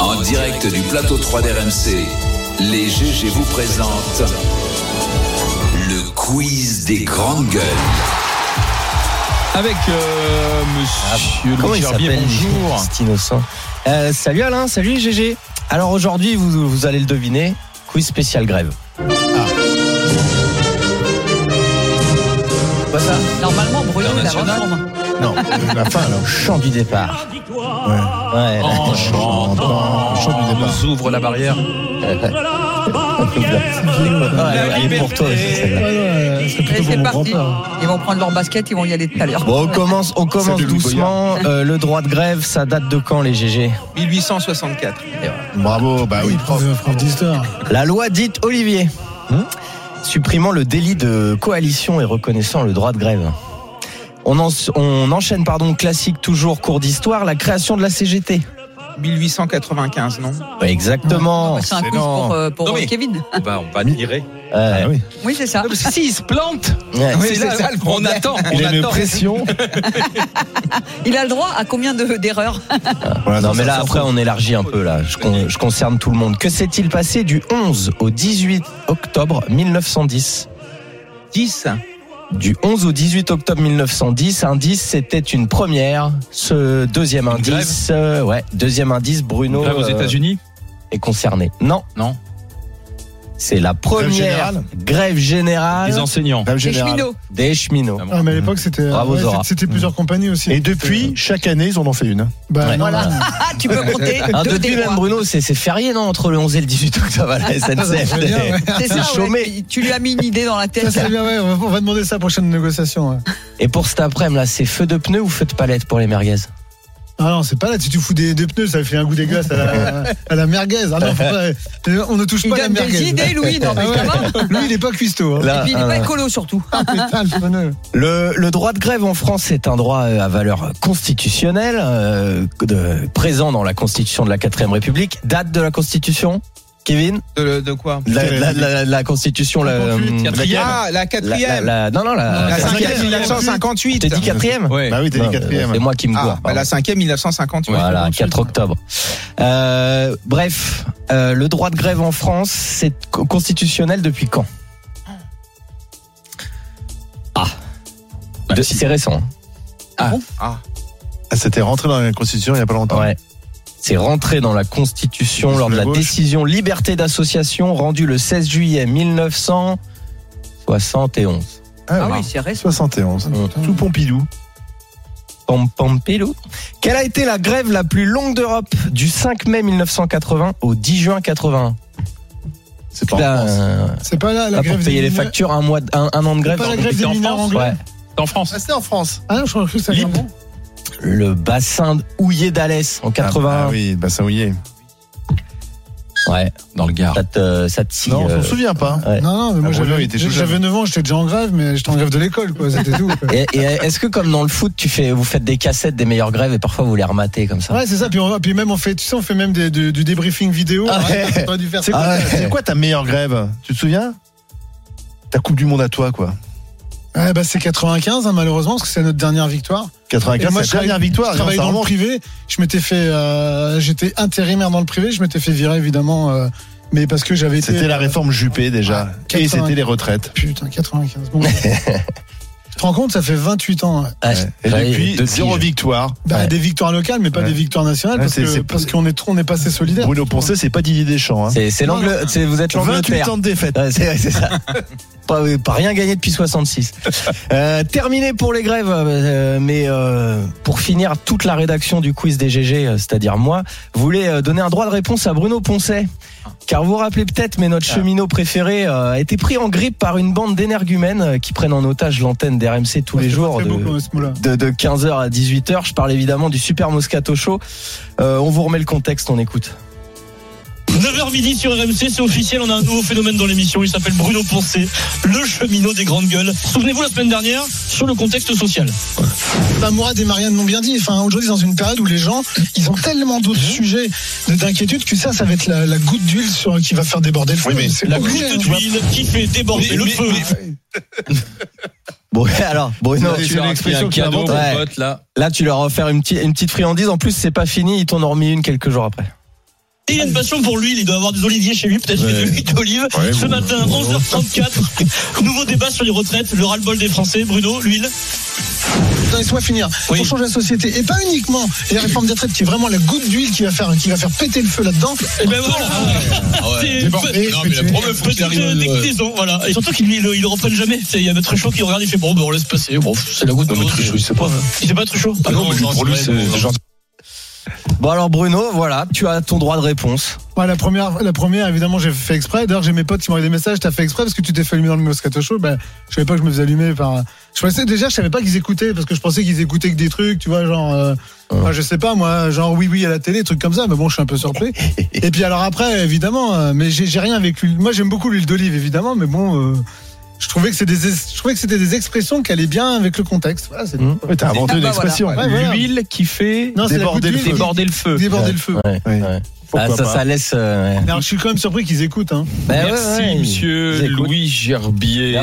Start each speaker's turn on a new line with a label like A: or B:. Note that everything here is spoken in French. A: En direct du plateau 3 d'RMC, les GG vous présentent le quiz des grandes gueules.
B: Avec euh, monsieur
C: Ah, Comment
B: Louis
C: il
B: Gerbier,
C: s'appelle
B: bonjour.
C: cet innocent Euh, Salut Alain, salut GG. Alors aujourd'hui, vous, vous allez le deviner, quiz spécial grève. Pas ça
D: Normalement, Bruno il avance
B: International.
D: pour moi.
C: Non, la fin alors. Oh. Chant du départ. Ouais.
B: En chantant,
C: chant du
B: on
C: départ.
B: nous ouvre la barrière.
C: Ouais, elle est pour toi aussi, celle-là.
D: Et c'est parti. Ils vont prendre leur basket, ils vont y aller tout à l'heure.
C: Bon, on commence, on commence doucement. Euh, le droit de grève, ça date de quand les GG
B: 1864.
E: Bravo, bah oui, prof. d'histoire.
C: La loi dite Olivier,
E: Hmm
C: supprimant le délit de coalition et reconnaissant le droit de grève. On, en- on enchaîne, pardon, classique toujours cours d'histoire, la création de la CGT.
F: 1895, non
C: Ouais, exactement.
D: C'est un coup
C: non.
D: pour, euh, pour
B: Non, mais-
D: Kevin.
B: On va, on va tirer.
C: Ouais.
E: Ah oui. Ah
D: Oui, c'est ça.
B: Non, parce que s'il se plante,
C: Ouais.
B: c'est là, on attend.
E: Il
B: On
E: a une
B: attend.
E: pression.
D: Il a le droit à combien de- d'erreurs
E: Voilà,
C: Non
E: ça,
C: mais
E: ça,
C: là
E: ça,
C: après
E: ça.
C: on élargit un peu là, je, con- je concerne tout le monde. Que s'est-il passé du 11 au 18 octobre 1910
F: 10
C: Du 11 au 18 octobre 1910, indice c'était une première. Ce deuxième indice, euh, ouais, deuxième indice Bruno
B: Là, aux
C: euh,
B: États-Unis,
C: est concerné. Non.
B: Non.
C: C'est la première grève générale,
E: générale
B: les enseignants.
E: Dame
D: Les
E: Générale.
D: cheminots.
C: des cheminots.
E: Ah, mais à l'époque, c'était
C: Bravo, Zora.
E: c'était- c'était plusieurs compagnies aussi.
G: Mm.
E: Euh,
G: Et depuis, chaque année, ils en ont fait une.
E: Bah,
C: Ouais.
E: non,
D: Voilà.
E: non.
D: Ah, tu peux compter
C: Ah,
D: deux
C: depuis
D: des
C: même
D: rois.
C: Bruno, c'est c'est férié non entre le 11 et le 18 octobre à la SNCF.
E: bien, ouais.
D: C'est ça, ouais.
C: chômé.
D: Tu- Tu lui as mis une idée dans la
E: Ça,
D: tête.
E: c'est bien, ouais, on va- on va demander ça à la prochaine négociation. ouais.
C: Et pour cet après-midi là, c'est feu de pneu ou feu de palette pour les merguez
E: Ah non, c'est pas là, si tu fous des, des pneus, ça fait un goût dégueulasse à la, à la merguez. Ah non, faut pas- on ne touche
D: Il
E: pas à la
D: donne des
E: merguez.
D: idées, Louis. Non, mais
E: Ah ouais.
D: ça va.
E: Lui, il est pas cuistot. hein.
D: Et
C: Là,
D: puis, il est
C: un-
D: pas écolo, surtout.
E: Ah, putain, le pneu.
C: Le, le droit de grève en France est un droit euh, à valeur constitutionnelle, euh, de- présent dans la Constitution de la 4ème République. Date de la Constitution, Kevin
F: De, de quoi
C: la, la- la- la Constitution, la, euh,
E: 58,
B: Quatrième.
F: Ah, la
C: la- la-
F: quatrième
C: la- non, non, la,
F: La cinquième,
E: cinquième.
C: Je t'ai
F: 1958
C: dit quatrième
B: Ouais.
G: Bah oui, t'as
C: Non,
G: dit quatrième.
C: euh, C'est moi qui me gourre.
F: Ah, bah,
C: pardon.
F: la cinquième, 1958.
C: Voilà,
E: 58.
C: 4 octobre. Euh, bref, euh, le droit de grève en France, c'est co- constitutionnel depuis quand Ah, De- c'est récent.
G: Ah, C'était rentré dans la Constitution il n'y a pas longtemps.
C: Ouais. C'est rentré dans la Constitution
G: Sous
C: lors de
G: la
C: la
G: gauche.
C: décision liberté d'association rendue le 16 juillet 1971.
D: Ah
G: Ah,
D: oui, c'est récent.
G: 71. Euh, Tout Pompidou.
C: Pom pom pilou. Quelle a été la grève la plus longue d'Europe du 5 mai 1980 au 10 juin 81
G: C'est pas
C: Là,
G: en France.
C: euh,
E: C'est pas là la
C: là,
E: grève
C: pour
E: des
C: payer les
E: mineurs.
C: factures, un mois, de- un, un an de grève.
E: pas la
C: c'est
E: grève
C: compliqué
E: des
C: en
E: mineurs
C: France,
E: anglais
C: ouais.
B: En France.
G: Ah, c'était en France.
E: Ah non, je crois que ça vient
G: Lip.
E: bon.
C: Le bassin houillé d'Alès en 81.
G: Ah, oui, bah ça oui.
C: Ouais,
B: Dans le Gard.
C: ça te, ça te scie,
G: Non, on
C: euh,
G: s'en souvient pas.
C: ouais.
E: Non, non, mais
G: Ah, Bruno,
E: moi
G: il
E: j'avais
G: était chaud,
E: j'avais
G: j'avais.
E: 9 ans, j'étais déjà en grève, mais j'étais en grève de l'école, quoi. C'était tout. quoi.
C: Et, et est-ce que comme dans le foot, tu fais, vous faites des cassettes des meilleures grèves et parfois vous les rematez comme ça
E: Ouais, c'est ça. Puis, on, puis même, on fait, tu sais, on fait même des, du, du débriefing vidéo.
G: Ah ouais.
E: Ouais, t'aurais dû faire
G: C'est
E: ça.
G: quoi,
C: Ah ouais.
G: c'est quoi ta meilleure grève Tu te souviens Ta Coupe du Monde à toi, quoi.
E: Ouais, bah, c'est 95, hein, malheureusement, parce que c'est notre dernière victoire. Et
G: 95,
E: moi,
G: moi,
E: je
G: la dernière
E: travaille-
G: victoire.
E: je travaillais
G: ça
E: dans le
G: remonte.
E: privé. Je m'étais fait, euh, j'étais intérimaire dans le privé. Je m'étais fait virer, évidemment, euh, mais parce que j'avais été.
G: C'était la réforme Juppé, déjà.
E: Ouais,
G: Et
E: 80.
G: c'était les retraites.
E: Putain, 95. Bon. tu te rends compte, ça fait 28 ans. hein. ouais.
C: Ah,
G: Ouais. Et
C: ouais,
G: depuis,
C: deux
G: zéro
C: piges.
G: victoire.
E: Bah,
C: Ouais.
E: Des victoires locales, mais pas
G: Ouais.
E: des victoires nationales,
G: Ouais,
E: parce
G: c'est-
E: que-
G: c'est-
E: parce qu'on est trop, on est pas assez solidaire.
G: Bruno Poncet, c'est pas Didier Deschamps. Hein.
C: C'est, c'est l'angle, c'est- vous êtes
G: 28
C: l'Angleterre.
G: ans de défaite.
C: Ouais, c'est, c'est ça. pas, pas rien gagné depuis 66. Euh, terminé pour les grèves, euh, mais euh, pour finir, toute la rédaction du quiz des GG, euh, c'est-à-dire moi, voulait euh, donner un droit de réponse à Bruno Poncet. Car vous vous rappelez peut-être, mais notre cheminot préféré euh, a été pris en grippe par une bande d'énergumènes euh, qui prennent en otage l'antenne d'RMC tous les
E: C'est
C: jours.
E: Très beau
C: de-
E: quand même, ce mot-là.
C: de, 15h à 18h. Je parle évidemment du Super Moscato Show. Euh, on vous remet le contexte, on écoute.
H: 9h midi sur RMC, c'est officiel, on a un nouveau phénomène dans l'émission, il s'appelle Bruno Pourcé, le cheminot des grandes gueules. Souvenez-vous la semaine dernière sur le contexte social.
E: Bah, Mourad et Marianne l'ont bien dit. Enfin, aujourd'hui, dans une période où les gens, ils ont tellement d'autres sujets de- d'inquiétude que ça, ça va être la, la goutte d'huile sur- qui va faire déborder le feu.
G: mais
E: c'est
H: La
E: obligé,
H: goutte
E: hein.
H: d'huile qui fait déborder le feu.
C: Bon, alors, Bruno,
G: Allez,
C: tu-
G: c'est
B: leur as
G: l'expression
B: pris un
G: que tu
B: cadeau,
G: inventes.
B: mon
C: Ouais.
B: pote, là.
C: là, tu leur as offert une, petite- une petite friandise. En plus, c'est pas fini, ils t'en ont remis une quelques jours après.
H: Et Il a une passion pour l'huile, il doit avoir des oliviers chez lui, peut-être de l'huile d'olive. Ce matin, 11h34, nouveau débat sur les retraites, le ras-le-bol des Français, Bruno, l'huile.
E: Laisse-moi finir.
H: Oui.
E: Pour changer la société. Et pas uniquement les réformes des traites qui est vraiment la goutte d'huile qui va faire, qui va faire péter le feu là-dedans.
H: Et ben voilà. C'est
E: débordé. Non, mais la
H: une petite euh, déclinaison, voilà. Et surtout qu'il ne il le reprenne jamais. C'est- Il y a Maître Chaud qui regarde, il fait bon, ben on laisse passer. Bon, c'est la goutte. d'eau, c'est-
A: pas.
H: Il sait pas Truchot Ah non, non,
A: pour lui,
H: c'est vrai,
A: c'est
H: non.
A: genre.
C: Bon, alors, Bruno, voilà, tu as ton droit de réponse.
E: Ouais, Bah, la première, la première, évidemment, j'ai fait exprès. D'ailleurs, j'ai mes potes qui m'ont envoyé des messages. T'as fait exprès parce que tu t'es fait allumer dans le Moscato Show. Ben, je savais pas que je me faisais allumer par. Je pensais déjà, je savais pas qu'ils écoutaient parce que je pensais qu'ils écoutaient que des trucs, tu vois, genre. euh,
G: Ah.
E: enfin, je sais pas moi, genre oui oui à la télé, des trucs comme ça. Mais bon, je suis un peu surpris. Et puis alors après, évidemment, euh, mais j'ai j'ai rien avec l'huile. Moi, j'aime beaucoup l'huile d'olive, évidemment, mais bon. euh, je trouvais que c'est des, es- je trouvais que c'était des expressions qui allaient bien avec le contexte. Voilà, c'est
C: Mmh.
G: Ouais, T'as inventé
D: Ah,
G: une
D: bah,
G: expression.
E: voilà. Ouais, voilà.
C: L'huile qui fait
E: Non, c'est la goutte
G: Déborder le
E: d'huile.
G: feu.
C: le feu.
E: déborder le feu.
C: Ouais,
G: Ouais.
C: ouais.
G: Pourquoi
C: Ah, ça,
G: pas.
C: ça laisse. euh, ouais.
E: Alors, je suis quand même surpris qu'ils écoutent. Hein.
C: Bah, ouais,
B: Merci,
C: ouais, ils-
B: monsieur
C: ils écoutent.
B: Louis Gerbier.